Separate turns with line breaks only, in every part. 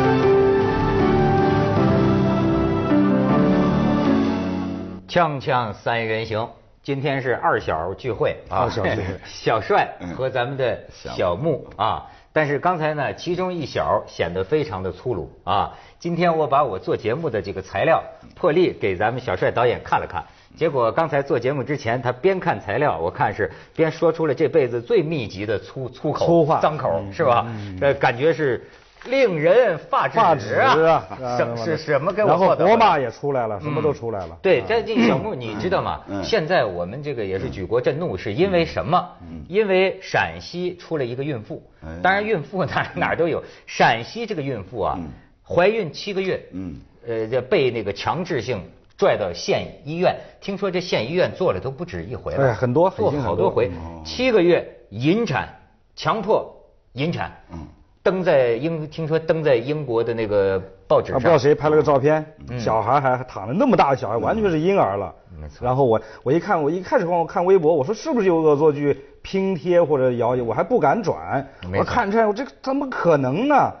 嗯锵锵三人行，今天是二小聚会啊，
二小聚会 嗯
小帅和咱们的小木啊。但是刚才呢，其中一小显得非常的粗鲁啊。今天我把我做节目的这个材料破例给咱们小帅导演看了看，结果刚才做节目之前，他边看材料，我看是边说出了这辈子最密集的粗粗口、
粗话嗯
脏口是吧？呃，感觉是令人发指
发指
啊
啊！！
什是什么给我
然后
做的？
国骂也出来了，什么都出来了。嗯
对，但这小木，你知道吗？现在我们这个也是举国震怒，是因为什么？
嗯
因为陕西出了一个孕妇，
哎
当然孕妇哪哪儿都有，陕西这个孕妇
嗯
啊，怀孕七个月，
嗯
呃，这被那个强制性。拽到县医院，听说这县医院做了都不止一回了，
哎很多
做
已经
好
很多嗯
多回，七个月引产，强迫引产，
嗯
登在英听说登在英国的那个报纸
啊，
上，嗯
不知道谁拍了个照片，小孩还躺着那么大的小孩，完全是婴儿了。然后我我一看，我一开始看我看微博，我说是不是有恶作剧拼贴或者谣言，我还不敢转。
没错
我看这我这怎么可能呢？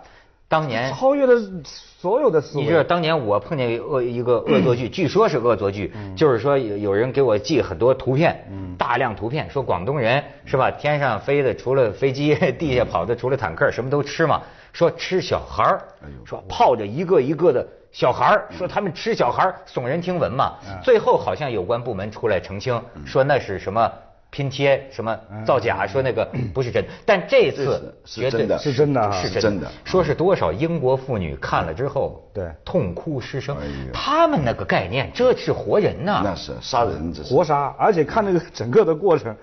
当年
超越了所有的思
你知道
维。
当年我碰见恶一个恶作剧，据说是恶作剧，就是说有有人给我寄很多图片，大量图片，说广东人是吧？天上飞的除了飞机，地下跑的除了坦克，什么都吃嘛。说吃小孩儿，说泡着一个一个的小孩儿，说他们吃小孩儿，耸人听闻嘛。最后好像有关部门出来澄清，说那是什么。拼贴什么造假，说那个不是真，但这次
是
绝对
真的
是真的啊
是
是
真
真
的
的。
说是多少英国妇女看了之后，
对
痛哭失声
哎呦。
他们那个概念，这是活人呐、
那是杀人，这是
活杀，而且看那个整个的过程，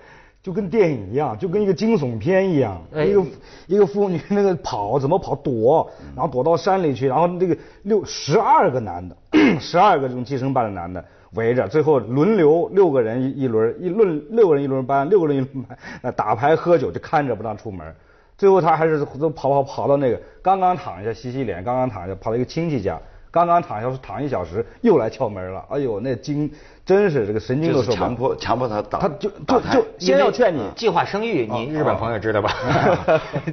就跟电影一样，就跟一个惊悚片一样。
哎
一个一个妇女那个跑怎么跑躲，然后躲到山里去，然后那个六十二个男的， 十二个这种计生办的男的围着，最后轮流六个人一一轮，一轮六个人一轮班，六个人一轮班，呃打牌喝酒就看着不让出门。最后他还是都跑跑跑到那个刚刚躺下洗洗脸，刚刚躺下跑到一个亲戚家，刚刚躺下躺一小时又来敲门了。哎呦，那惊真是这个神经
就
都
是
受不
强
了。
迫强迫他打，
他就
打
就
胎
就先要劝你，
啊
计划生育，你日本朋友知道吧？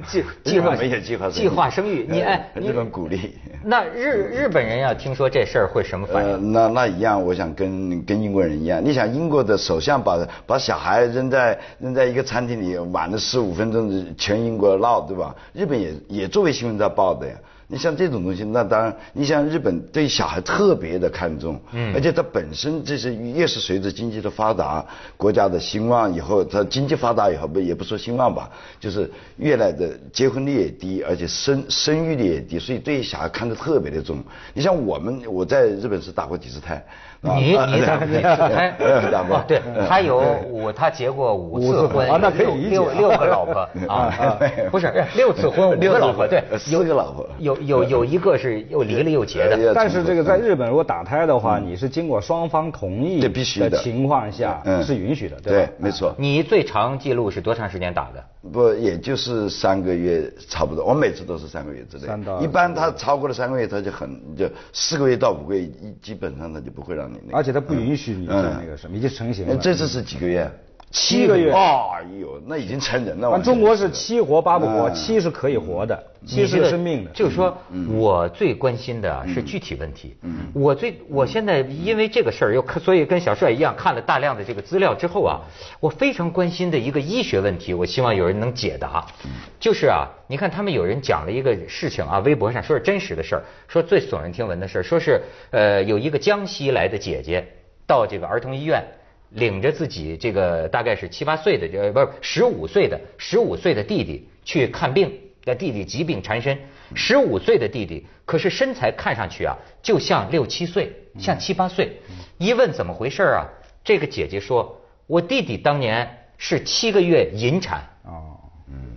计计划
日本也计划生育
计划生育，你 哎，
呃
你
日本鼓励
那日日本人要听说这事儿会什么反应？
呃，那那一样，我想跟跟英国人一样。你想，英国的首相把把小孩扔在扔在一个餐厅里，晚了十五分钟，全英国闹，对吧？日本也也作为新闻在报的呀。你像这种东西，那当然，你像日本对小孩特别的看重，嗯，而且它本身这是越是随着经济的发达，国家的兴旺以后，它经济发达以后不也不说兴旺吧，就是越来的结婚率也低，而且生生育率也低，所以对小孩看得特别的重。你像我们，我在日本是打过几次胎，啊
你
啊
你咋你哎
呃打过
哦对，他有五，他结过五次婚，
啊那可以理解
六六六个老 婆啊，不是六次婚五
六
个
次
老婆，
婚
对，有
呃四个老婆
有有有一个是又离了又结的
哎，呀
但是这个在日本，如果打胎的话，你是经过双方同意
这必须的
情况下
嗯
是允许的，对
对
吧？，啊
没错。
你最长记录是多长时间打的？
不，也就是三个月差不多。我每次都是三个月之内
三到，
一般他超过了三个月，他就很就四个月到五个月，一基本上他就不会让你那个。
而且他不允许你做那嗯个什么，已经成型了。
这次是几个月？
七个月
哎呦，那已经成人了。
反正
完全
中国是嗯七活八不活，七是可以活的，七是有生命的。嗯
就是说我最关心的啊是具体问题。我最我现在因为这个事儿又看，所以跟小帅一样看了大量的这个资料之后啊，
嗯
我非常关心的一个医学问题，我希望有人能解答。
嗯
就是啊，你看他们有人讲了一个事情啊，微博上说是真实的事儿，说最耸人听闻的事儿，说是呃有一个江西来的姐姐到这个儿童医院。领着自己这个大概是七八岁的，这不是十五岁的十五岁的弟弟去看病，那弟弟疾病缠身，十五岁的弟弟，可是身材看上去啊，就像六七岁，像七八岁。一问怎么回事儿啊？这个姐姐说，我弟弟当年是七个月引产，
哦，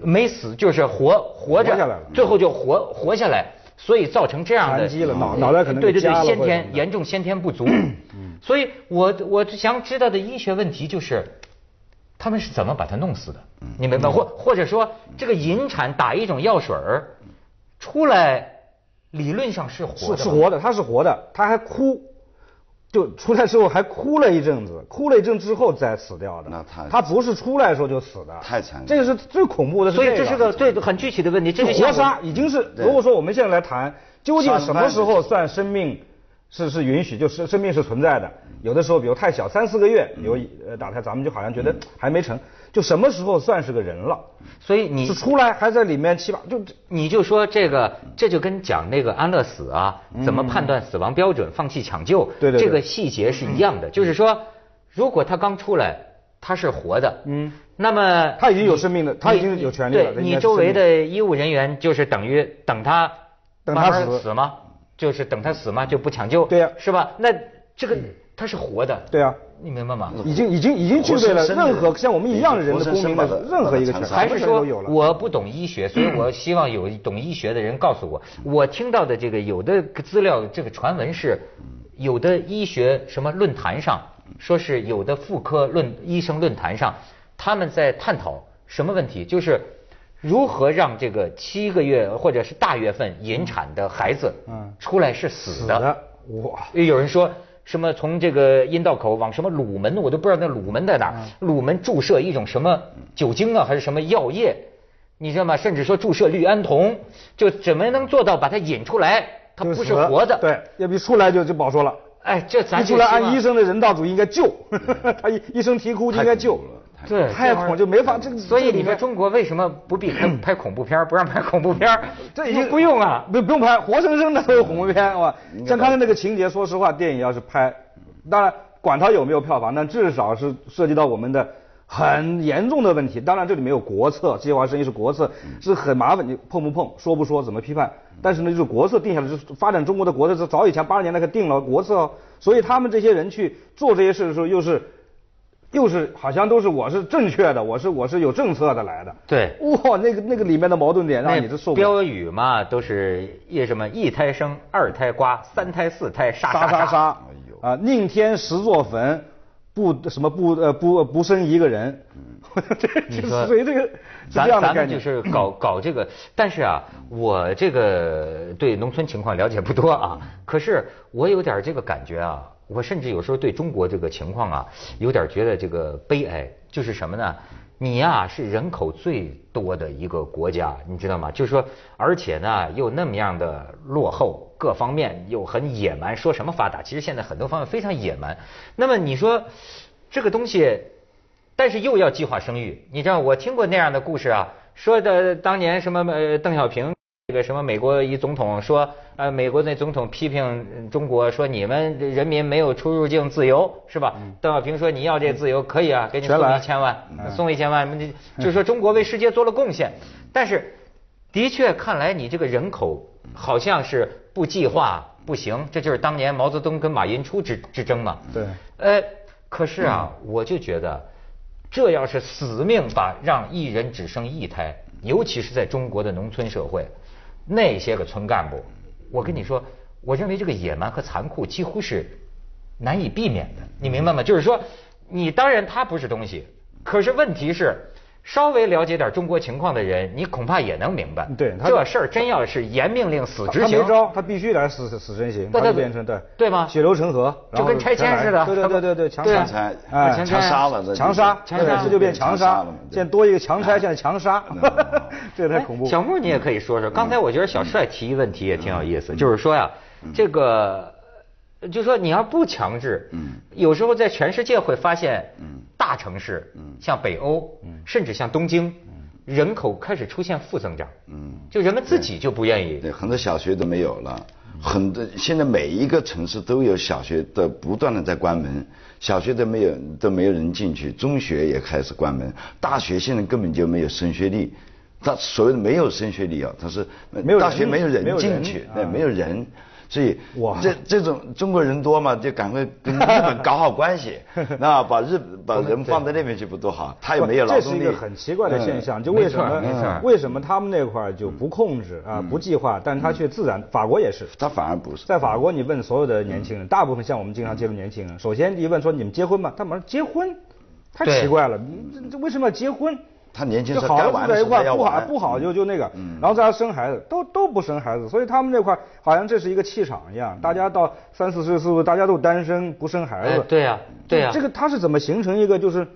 没死，就是活活着，
活下来了
最后就活活下来，所以造成这样的嗯
残疾了脑脑袋可能
对对
给夹
对，
了
先
或者
天
什么的
严重先天不 足。嗯所以我我想知道的医学问题就是，他们是怎么把它弄死的？
嗯
你明白？或或者说，这个引产打一种药水儿出来，理论上是活
是
的，
是活的，他是活的，他还哭，就出来之后还哭了一阵子，哭了一阵之后再死掉的。
那太
他不是出来的时候就死的，
太残忍
这个是最恐怖的，
所以这
这
是个对很具体的问题，这
就
就像
活
我
杀已经是，如果说我们现在来谈，究竟什么时候算生命，是是允许，就是生命是存在的。有的时候，比如太小，三四个月，
嗯
比如呃打胎，咱们就好像觉得还没成，就什么时候算是个人了？
所以你
就出来还在里面七八，就
你就说这个，这就跟讲那个安乐死啊，怎么判断死亡标准，放弃抢救，
嗯对嗯对对
这个细节是一样的。就是说，如果他刚出来，他是活的，嗯，那么
他已经有生命的
你
他已经有权利了
对
应该
你
是
周围
生命
的医务人员就是等于等他
等
慢
他
慢
死
死吗？就是等他死吗？就不抢救，
对呀
是吧？那这个他是活的，
对啊，
你明白吗？
已经已经已经具备了
活生生的
任何像我们一样的人
活
的
生
公
生
民的
把它
任何一个
把
权
它
利，
铲
还是说
都有了。
我不懂医学，所以我希望有懂医学的人告诉我。我听到的这个有的资料，这个传闻是，有的医学什么论坛上说是有的妇科论医生论坛上，他们在探讨什么问题，就是如何让这个七个月或者是大月份引产的孩子，
嗯
出来是死
死
的。
的哇，
有人说什么从这个阴道口往什么乳门，我都不知道那乳门在哪儿。
嗯
乳门注射一种什么酒精啊，还是什么药液，你知道吗？甚至说注射氯胺酮，就怎么能做到把它引出来？它
就
不是
死了
活的。。
对，要比出来就就不好说了。
哎，这咱
一
就
出来
希
按
望
医生的人道主义应该救， 他一医生啼哭就应该救
太恐怖了。
对
太恐就没法这个。
所以
这个
你
里面
说中国为什么不必拍拍恐怖片儿，不让拍恐怖片儿？
这 已经
不用啊。
不不用拍，活生生的都有恐怖片
嗯
哇！像刚才那个情节，说实话，电影要是拍，当然管它有没有票房，但至少是涉及到我们的很严重的问题。当然这里面有国策，计划生育是国策，
嗯
是很麻烦，你碰不碰，说不说，怎么批判？但是呢，就是国策定下来，就是发展中国的国策是早以前八十年代可定了国策哦，所以他们这些人去做这些事的时候，又是。又是好像都是我是正确的，我是我是有政策的来的。
对
哇，那个那个里面的矛盾点让你
那
是受不了。
哎标语嘛，都是一什么一胎生，二胎瓜，三胎四胎杀
杀
杀
杀杀
哎呦，
啊，宁天十座坟，不什么不呃不不生一个人， 这
嗯你
这
说
所以这个是
咱
这样的
咱
概
们就
念。
是搞搞这个，但是啊，我这个对农村情况了解不多啊，可是我有点这个感觉啊，我甚至有时候对中国这个情况啊，有点觉得这个悲哀，就是什么呢？你呀、是人口最多的一个国家，你知道吗？就是说，而且呢又那么样的落后，各方面又很野蛮，说什么发达，其实现在很多方面非常野蛮。那么你说这个东西。但是又要计划生育。你知道我听过那样的故事啊，说的当年什么呃邓小平这个什么美国一总统说呃美国那总统批评嗯中国说你们人民没有出入境自由是吧？邓小平说你要这自由可以啊，给你
嗯全嗯
送
来
一千万，送一千万，就就说中国为世界做了贡献。但是的确看来你这个人口
嗯
好像是不计划不行，这就是当年毛泽东跟马寅初之之争嘛。
对
呃，可是啊，
嗯
我就觉得，这要是死命把让一人只生一胎，尤其是在中国的农村社会，那些个村干部，我跟你
嗯
说，我认为这个野蛮和残酷几乎是难以避免的，
嗯
你明白吗？就是说，你当然他不是东西，可是问题是。稍微了解点中国情况的人，你恐怕也能明白，
对他
这事儿真要是严命令死执
他
行
没，招，他必须得死死真刑，
不
他
对
就变成对
对吗
血流成河，然
就
后
跟拆迁
全来
似的
对对对对对，强
对啊
拆，
哎强
强
拆
杀了，这就
强杀，
强
对
杀
这就变强杀
了嘛，对
现在多一个强拆，现在强杀， 这个太恐怖
哎
嗯
哎。小木，你也可以说说。刚才我觉得小帅提一问题也挺有意思，就是说呀，
嗯
这个，呃就说你要不强制，
嗯
有时候在全世界会发现，大城市，
嗯
像北欧，甚至像东京，人口开始出现负增长，
嗯
就人们自己就不愿意。
对，很多小学都没有了，很多现在每一个城市都有小学的不断的在关门，小学都没有都没有人进去，中学也开始关门，大学现在根本就没有升学率。他所谓的没有升学率啊，他是
没有人
大学没有
没
人
有人
进去，
啊
对，没有人，所以
哇
这这种中国人多嘛，就赶快跟日本搞好 关系，那把日把人放在那边去不多好？他也没有劳
这是
动
一
力，
个很奇怪的现象，
嗯
就
没
为什
错儿没错
么
儿嗯
为什么他们那块儿就不控制啊，不计划，但是他却自然，法国也是，
他反而不是。
在法国，你问所有的年轻人，大部分像我们经常接触年轻人，首先一问说你们结婚吗？他马上结婚，太
对
奇怪了，你这这为什么要结婚？
他年轻
就
时候
好
该
了
玩
住
的
在
时
一
候
块儿
要
不好
玩嗯
不好就就那个，然后再生孩子，都都不生孩子，所以他们那块儿好像这是一个气场一样，大家到三四十岁，大家都单身不生孩
哎
子，
对呀对呀
这个它是怎么形成一个就是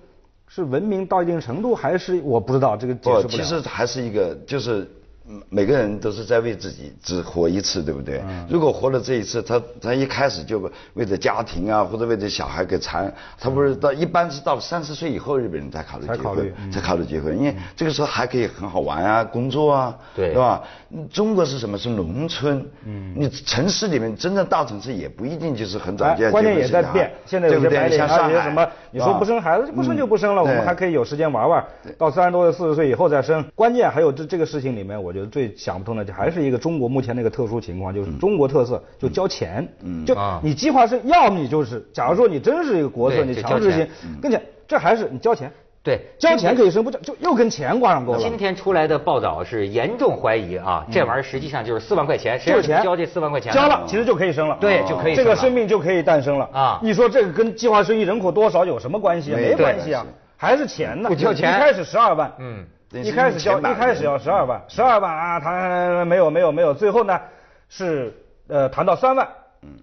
是文明到一定程度，还是我不知道这个解
不，
释不
其
了。
实还是一个，就是嗯每个人都是在为自己只活一次，对不对？
嗯
如果活了这一次，他他一开始就为了家庭啊，或者为了小孩给缠，他不是到一般是到三十岁以后，日本人才考虑
才
结
考
婚
虑，嗯
才考虑结婚，因为这个时候还可以很好玩啊，工作啊，
对
是吧？嗯中国是什么？是农村，嗯，你城市里面真正大城市也不一定就是很早就要结
哎，
婚
关键也在
生小孩
变。现在有
对
些
不对
白领
像
啊，
上
有些
海嗯
什么，你说不生孩子，不生就不生了，我们还可以
以。
有时间玩玩。到三十多岁、四十岁以后再生。关键还有这这个事情里面，我觉得最想不通的，就还是一个中国目前的一个特殊情况，
嗯
就是中国特色，就交钱。嗯，就
啊
你计划是，要么你就是，假如说你真是一个国策，
对
你
就
强
交
制
钱
性，
嗯
跟你讲，这还是你交钱，
对，
交钱可以生，不交就又跟钱挂上钩了。
今天出来的报道是严重怀疑啊，这玩意儿实际上就是四万块钱，谁
就
让
是
你
钱，
交这四万块钱啊嗯呢？
交了其实就可以生了，哦
对就可以
这
生
个
了
生命就可以诞生了
啊
你说这个跟计划生育人口多少有什么关系啊？
没
没关系啊
关系，
还是钱呢。
不交钱
一开始十二万，
嗯
一开始交
你是用钱买
一
的
开始要十二万，十二万啊，谈没有没有没有，最后呢是呃谈到三万，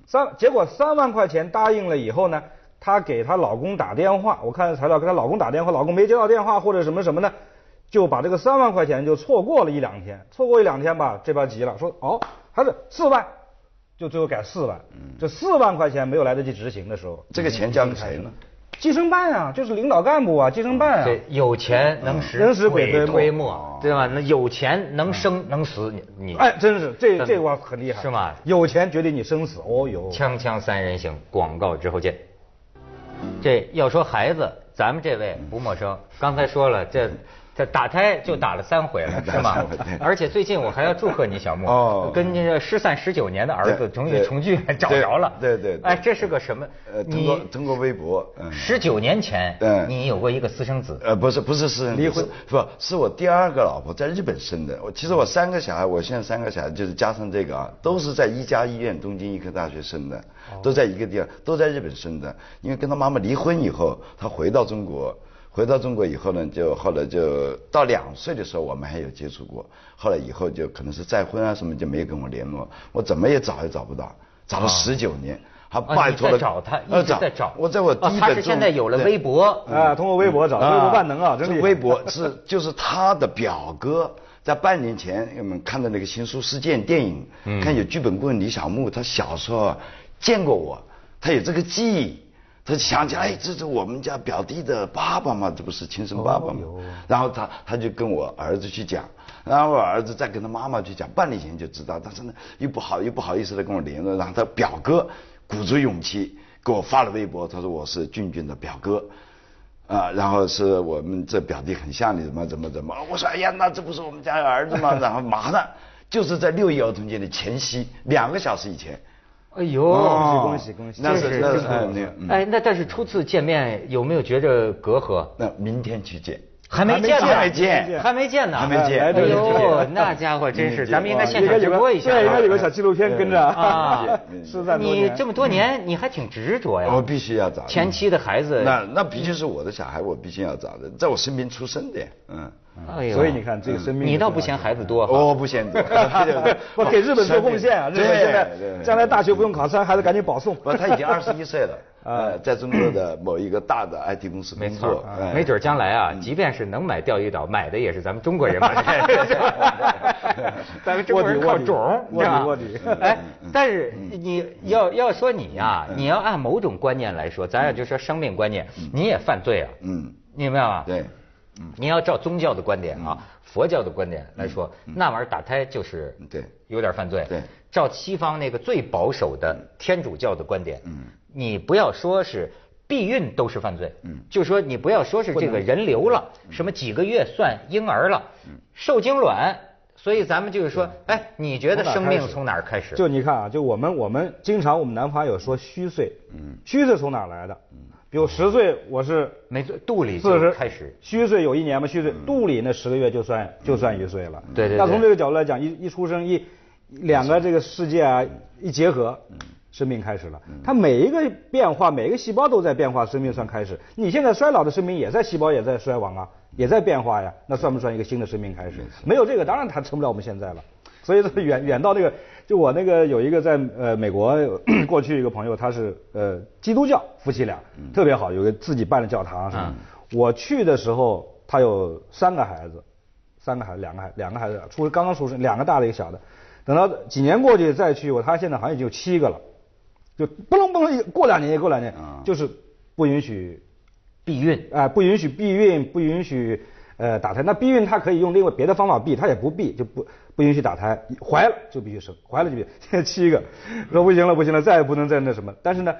三结果三万块钱答应了以后呢，她给她老公打电话，我看材料跟她老公打电话，老公没接到电话或者什么什么呢，就把这个三万块钱就错过了一两天，错过一两天吧，这边急了，说哦还是四万，就最后改四万，这四万块钱没有来得及执行的时候，
嗯这个钱交给谁呢？
嗯计生办啊，就是领导干部啊，计生办啊，
对，有钱能使
能使鬼推
推
磨
磨，对吧？那有钱能生能死，你你
哎，真是这
真
这话很厉害，
是吗
有钱决定你生死，哦哟，
锵锵三人行，广告之后见。这要说孩子，咱们这位不陌生。刚才说了，这这打胎就打了三回了，是吗？而且最近我还要祝贺你，小莫，
哦
跟这个失散十九年的儿子
对
终于
对
重聚，找着了。
对对对
哎，这是个什么？
呃，通过
你
通过微博，嗯。
十九年前
嗯，
你有过一个私生子，
呃，不是不是私人
离婚
是不是我第二个老婆在日本生的。我其实我三个小孩，我现在三个小孩就是加上这个啊，都是在一家医院、东京医科大学生的，
哦
都在一个地方，都在日本生的。因为跟他妈妈离婚以后，他回到中国，回到中国以后呢，就后来就到两岁的时候我们还有接触过，后来以后就可能是再婚啊什么就没有跟我联络，我怎么也找也找不到，找了十九年。还
啊
拜
你
托
在
了，
找他，
呃
一直在找。
我在我第
啊
一
他
本
是
中
现在有了
对
微博，
啊，通过微博找，微博万能啊，真厉
是
害
嗯微博是就是他的表哥，在半年前我们看到那个《新书事件》电影，
嗯
看有剧本顾问李小牧，他小时候啊见过我，他有这个记忆，他想起来，哎，这是我们家表弟的爸爸嘛，这不是亲生爸爸嘛。
哦
然后他他就跟我儿子去讲，然后我儿子再跟他妈妈去讲，半年前就知道，但是呢又不好又不好意思的跟我联络，然后他表哥鼓足勇气给我发了微博，他说我是俊俊的表哥。啊，然后是我们这表弟很像你，怎么怎么怎么？我说哎呀，那这不是我们家儿子吗？然后马上就是在六一儿童节的前夕，两个小时以前，
哎呦，
哦恭喜恭喜
那
恭喜！
是
是
那
真
是哎那个嗯
哎，那但是初次见面有没有觉着隔阂？
那明天去见，
还没见呢，
还没见，
还没见呢，
还没见
哎
对
呦，那家伙真是，咱们应该现
应该
场
有
直
个
播一下啊。
对，应该有个小纪录片跟着
啊
失散多
你
年
这么多年，你还挺执着呀。
我必须要找
前妻的孩子。
那那毕竟是我的小孩，我必须要找的，在我身边出生的，嗯，
哎呦
所以你看这个生命，
你倒不嫌孩子多哈。
我不嫌 多，
我给日本做贡献啊！日
对
本现
对
在将来大学不用考上，孩子赶紧保送。
不，他已经二十一岁了， 呃，在中国的某一个大的 IT 公司
没
工
错
作
儿，，
哎
没准儿将来啊，即便是能买钓鱼岛，买的也是咱们中国人买 的。咱们中国人靠种儿，
卧底卧底
是
嗯
吧哎，但是你要要说你呀，你要按某种观念来说，咱
嗯
俩就说生命观念，你也犯罪啊。
嗯，
你明白吗？
对，
嗯
你要照宗教的观点啊，佛教的观点来说，
嗯
那玩意儿打胎就是
对
有点犯罪。
对
照西方那个最保守的天主教的观点，你不要说是避孕都是犯罪，就说你嗯不要嗯说是这个人流了，什么几个月算婴儿了，受精卵。所以咱们就是说，哎，你觉得生命从哪儿开始？
就你看啊，就我们我们经常我们南方有说虚岁，嗯，虚岁从哪儿来的？比如十岁我是
没错，嗯肚里
四
就
十
开始。嗯
虚岁有一年嘛，虚岁肚里那十个月就算就算一岁了。
对对对
那从这个角度来讲，一一出生一两个这个世界啊一结合，生命开始了。它每一个变化，每一个细胞都在变化，生命算开始。你现在衰老的生命也在细胞也在衰亡啊，也在变化呀，那算不算一个新的生命开始？没有这个，当然它成不了我们现在了。所以说远远到那个，就我那个有一个在呃美国过去一个朋友，他是呃基督教夫妻俩，特别啊好，有个自己办的教堂什么。我去的时候，他有三个孩子，三个孩子，两个孩，两个孩子出刚刚出生，两个大的一个小的。等到几年过去再去，我他现在好像也就七个了，就不隆不隆一过两年也过两年，
啊
就是不允许
避孕
哎、不允许避孕，不允许呃打胎。那避孕他可以用另外别的方法避，他也不避，就不不允许打胎，怀了就必须生，怀了就必须。 现在七个，说不行了不行了，再也不能再那什么。但是呢，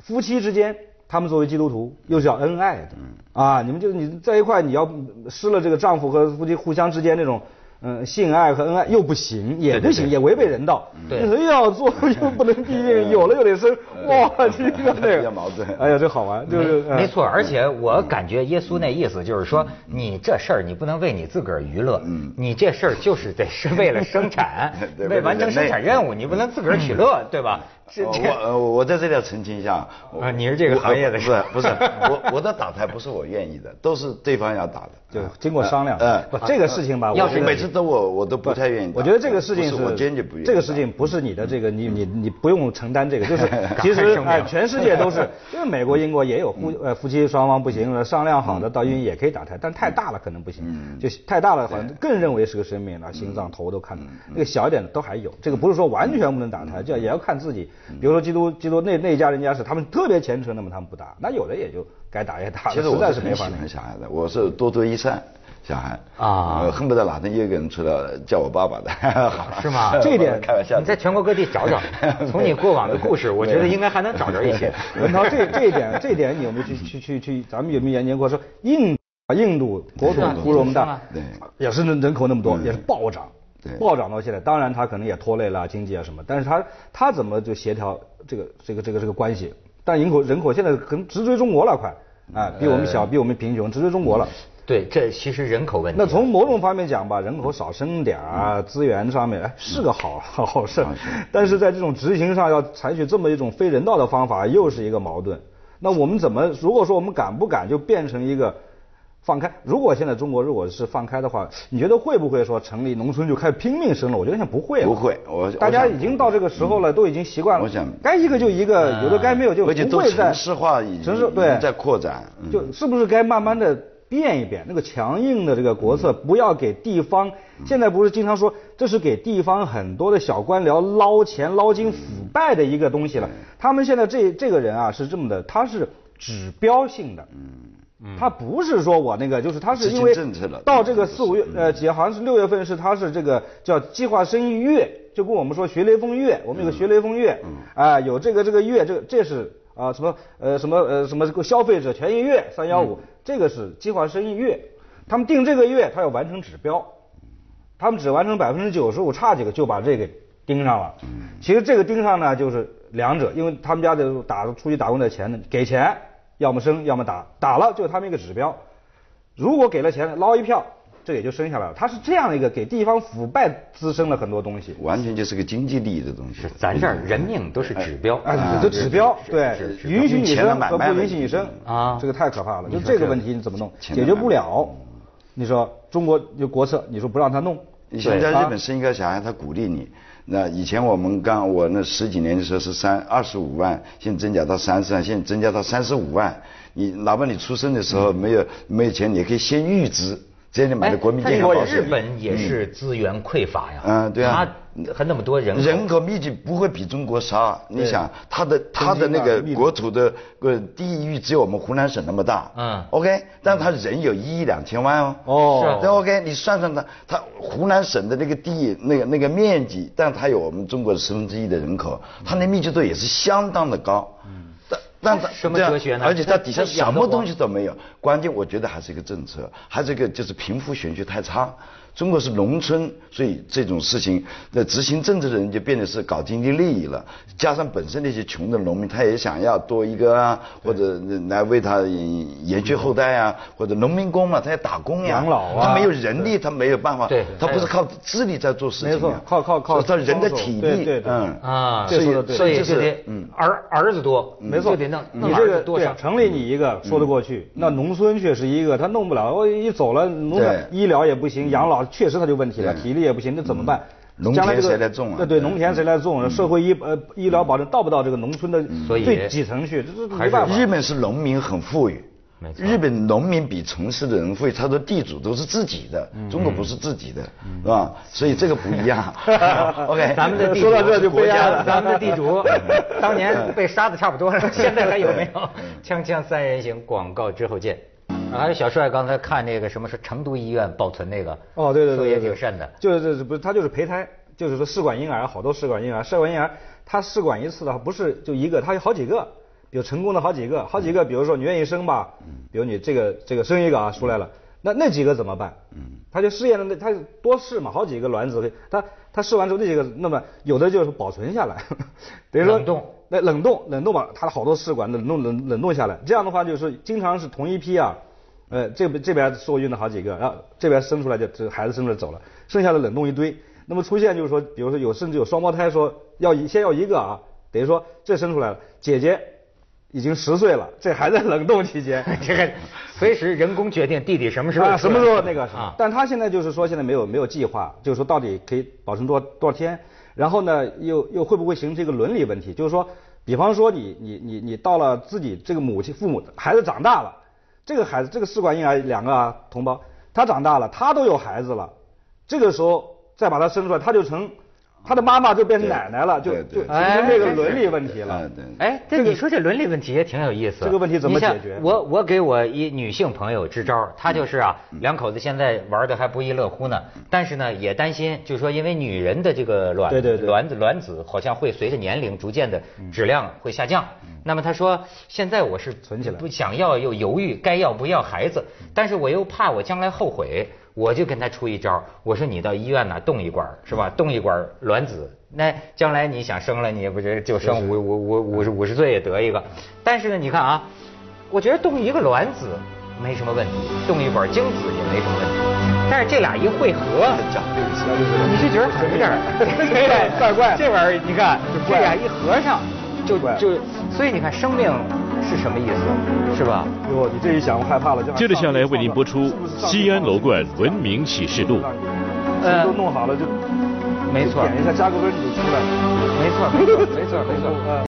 夫妻之间。他们作为基督徒又是要恩爱的，
嗯
啊，你们就你在一块，你要失了这个丈夫和夫妻互相之间那种，嗯，性爱和恩爱又不行，也不行，也违背人道，
嗯
对
又要 做又不能避孕，有了又得生，哇，这个那
比较
个
矛盾，
哎呀，这好玩，就是
没没错，而且我感觉耶稣那意思就是说，你这事儿你不能为你自个儿娱乐，你这事儿就是得是为了生产
对
为完成生产任务，你不能自个儿取乐，对吧？这
呃我
这
我我在这里要澄清一下我
啊你是这个
我
行业的
不
是
是
吧
不是我我的打胎不是我愿意的，都是对方要打的，
就
啊
经过商量
呃
不这个事情吧
呃
我
要是
我每次都我我都不太愿意打，呃
我觉得这个事情
不
是
是我坚决不愿意打，嗯
这个事情不是你的这个你你你不用承担这个， 就是
快
其实
声明
哎，全世界都是，因为美国、英国也有夫
嗯
呃夫妻双方不行了，商量好的到医院也可以打胎，但
嗯
太大了可能不行，就太大了好像更认为是个生命了，心
嗯
脏、头都看，那个小一点的都还有，这个不是说完全不能打
嗯
胎，就也要看自己，比如说基督基督那那一家人家是他们特别虔诚，那么他们不打，那有的也就该打也打了，
其实
实
我
在是
是
没
很喜
法弄。
欢小孩的，我是多多益善小孩
啊
呃恨不得哪天又一个人出来叫我爸爸的，
是吗
这一点
开玩笑的，
你在全国各地找找，从你过往的故事，我觉得应该还能找着一些。
文涛，这这一点，这一点你有没有去去去去？咱们有没有研究过？说印印度国
是
土
啊
规模那么
是啊
大，
对
也是人人口那么多，也是暴涨
对，
暴涨到现在。当然，他可能也拖累了经济啊什么，但是他他怎么就协调这个这个这个这个关系？但人口人口现在可能直追中国了，快啊，比我们小，比我们贫穷，直追中国了。
对，这其实人口问题。
那从某种方面讲吧，人口少生点儿
嗯
啊，资源上面哎是个好好好事儿，但是在这种执行上要采取这么一种非人道的方法，又是一个矛盾。那我们怎么？如果说我们敢不敢就变成一个放开？如果现在中国如果是放开的话，你觉得会不会说城里农村就开始拼命生了？我觉得现在不会了，
不会我
大家
我想
已经到这个时候了，都已经习惯了。
我想
该一个就一个，有的该没有就
而且
不
都
会再
城市化已经
城市
已经
对
在扩展，嗯
就是不是该慢慢的变一变那个强硬的这个国策，
嗯
不要给地方。现在不是经常说这是给地方很多的小官僚捞钱、捞
嗯
金、腐败的一个东西了。他们现在这这个人啊是这么的，他是指标性的，
嗯
他不是说我那个，就是他是因为
执行政策了
到这个四五月呃几好像是六月份是他是这个叫计划生育月，就跟我们说学雷锋月，我们有个学雷锋月，啊有这个这个月这个这是啊什么呃什么呃什么消费者权益月三幺五，这个是计划生育月，他们定这个月他要完成指标，他们只完成百分之九十五，差几个就把这个盯上了。其实这个盯上呢，就是两者，因为他们家的打出去打工的钱呢，给钱要么生要么打，打了就是他们一个指标。如果给了钱捞一票，这也就生下来了。他是这样一个给地方腐败滋生了很多东西。
完全就是个经济利益的东西
是。咱这儿人命都是指标，
啊，这指标对
是是是
允许你
用钱来
生
买
和不
卖
允
问
许
题
你生
啊
这个太可怕了。就
你说
这个
这
问题你怎么弄？
钱
解
来
决
买
不
卖
了。你说中国有国策，你说不让他弄，
你现在
对
日本生一个小孩，他鼓励你。那以前我们刚我那十几年的时候是三二十五万，现在增加到三十万，现在增加到三十五万。你哪怕你出生的时候没有、没有钱，你也可以先预支，这样你买的国民健康
哎
保
日
险。
本也是资源匮乏呀，
嗯对啊
它还那么多人口，
人口密集不会比中国少，你想它的它的那
东
个
京啊密度
国土的呃地域只有我们湖南省那么大，
嗯
，OK，但它人有一亿两千万哦，
哦
是啊
对 OK，你算算它，它湖南省的那个地那个那个面积，但它有我们中国的十分之一的人口，它那密集度也是相当的高，嗯，但但它
什么
对啊
哲学呢
而且它
它
底下
它养
什
得
么
活
东西都没有，关键我觉得还是一个政策，还是一个就是贫富悬殊太差。中国是农村，所以这种事情，那执行政策的人就变得是搞经济利益了。加上本身那些穷的农民，他也想要多一个啊，或者来为他延延续后代啊，或者农民工嘛，他要打工呀，
养老啊
他没有人力，他没有办法，
对
他不是靠智力在做事情啊，
没错靠靠靠
所以他人的
双手
体力，
对对对
嗯
啊，
这嗯
所
说得对
以所以
这
就是得儿儿子多，没错，就得弄弄嗯
你
儿
这
子
个
多
对
少
啊，。城里你一个说得过去，那农村确实一个他弄不了，我一走了，农村
对
医疗也不行，养老确实他就问题了，
对
体力也不行，那怎么办？
农
将来
田
这个
谁来种啊
对对，
对
农田谁来种？社会医呃医疗保障到不到这个农村的
所以
最底层去？这这
还是
没办法。
日本是农民很富裕，
没错
日本农民比城市的人会，他的地主都是自己的，
嗯
中国不是自己的，是吧？所以这个不一 样。OK，
咱们的地主
哎说到这就悲
国
哀
家
了嗯
咱们的地 主 当年被杀的差不多了， 现在还有没有？ 锵锵三人行广告之后见。啊，还有小帅刚才看那个什么是成都医院保存那个，
哦，对对对
说
对，
也
对
挺瘆的。
就是这不是他就是胚胎，就是说试管婴儿，好多试管婴儿，试管婴儿他试管一次的话不是就一个，他有好几个，比如成功的好几个，好几个，
嗯
比如说你愿意生吧，比如你这个这个生一个啊出来
嗯
了，那那几个怎么办？他就试验了那他多试嘛，好几个卵子，他他试完之后那几个，那么有的就是保存下来， 等于说
冷冻
那冷冻冷冻把它的好多试管冷冻冷冷冻下来，这样的话就是经常是同一批啊，呃，这边这边受孕的好几个，然后这边生出来就这孩子生出来走了，剩下的冷冻一堆。那么出现就是说，比如说有甚至有双胞胎说要一先要一个啊，等于说这生出来了，姐姐已经十岁了，这还在冷冻期间，
这个随时人工决定弟弟什么时候出
啊
来
什么时候那个
啊？
但他现在就是说现在没有没有计划，就是说到底可以保存多多少天，然后呢又又会不会形成一个伦理问题？就是说，比方说你你你你到了自己这个母亲父母孩子长大了，这个孩子这个试管婴儿两个啊同胞，他长大了，他都有孩子了，这个时候再把他生出来，他就成他的妈妈就变成
对
奶奶了，就
对
就
对
形
哎
成这个
真是
伦理问题了。
啊对
哎，这你说这伦理问题也挺有意思。
嗯这个问题怎么
你像
解决嗯
我我给我一女性朋友支招，她就是啊，两口子现在玩的还不亦乐乎呢，但是呢也担心，就是说因为女人的这个卵
对对对
卵子卵子好像会随着年龄逐渐的
嗯
质量会下降。那么她说，现在我是
存起来嗯
不想要又犹豫该要不要孩子，但是我又怕我将来后悔，我就跟他出一招，我说你到医院呐冻一管儿是
嗯
吧？冻一管儿卵子，那将来你想生了，你不是就生五五五五十五十岁也得一个？
嗯
但是呢，你看啊，我觉得冻一个卵子没什么问题，冻一管精子也没什么问题，但是这俩一汇合，
讲这个事
你是觉得疼点儿， 对
怪怪的
这玩意儿你看，这
怪
俩一合上就
怪
就，所以你看生命是什么意思，是吧？
哟，你这一想我害怕了。
接着下来为您播出西安楼冠文明启示录
呃
都弄好了就
没错
点一下加个分你就出来了。
没错，没错，没错，没错。呃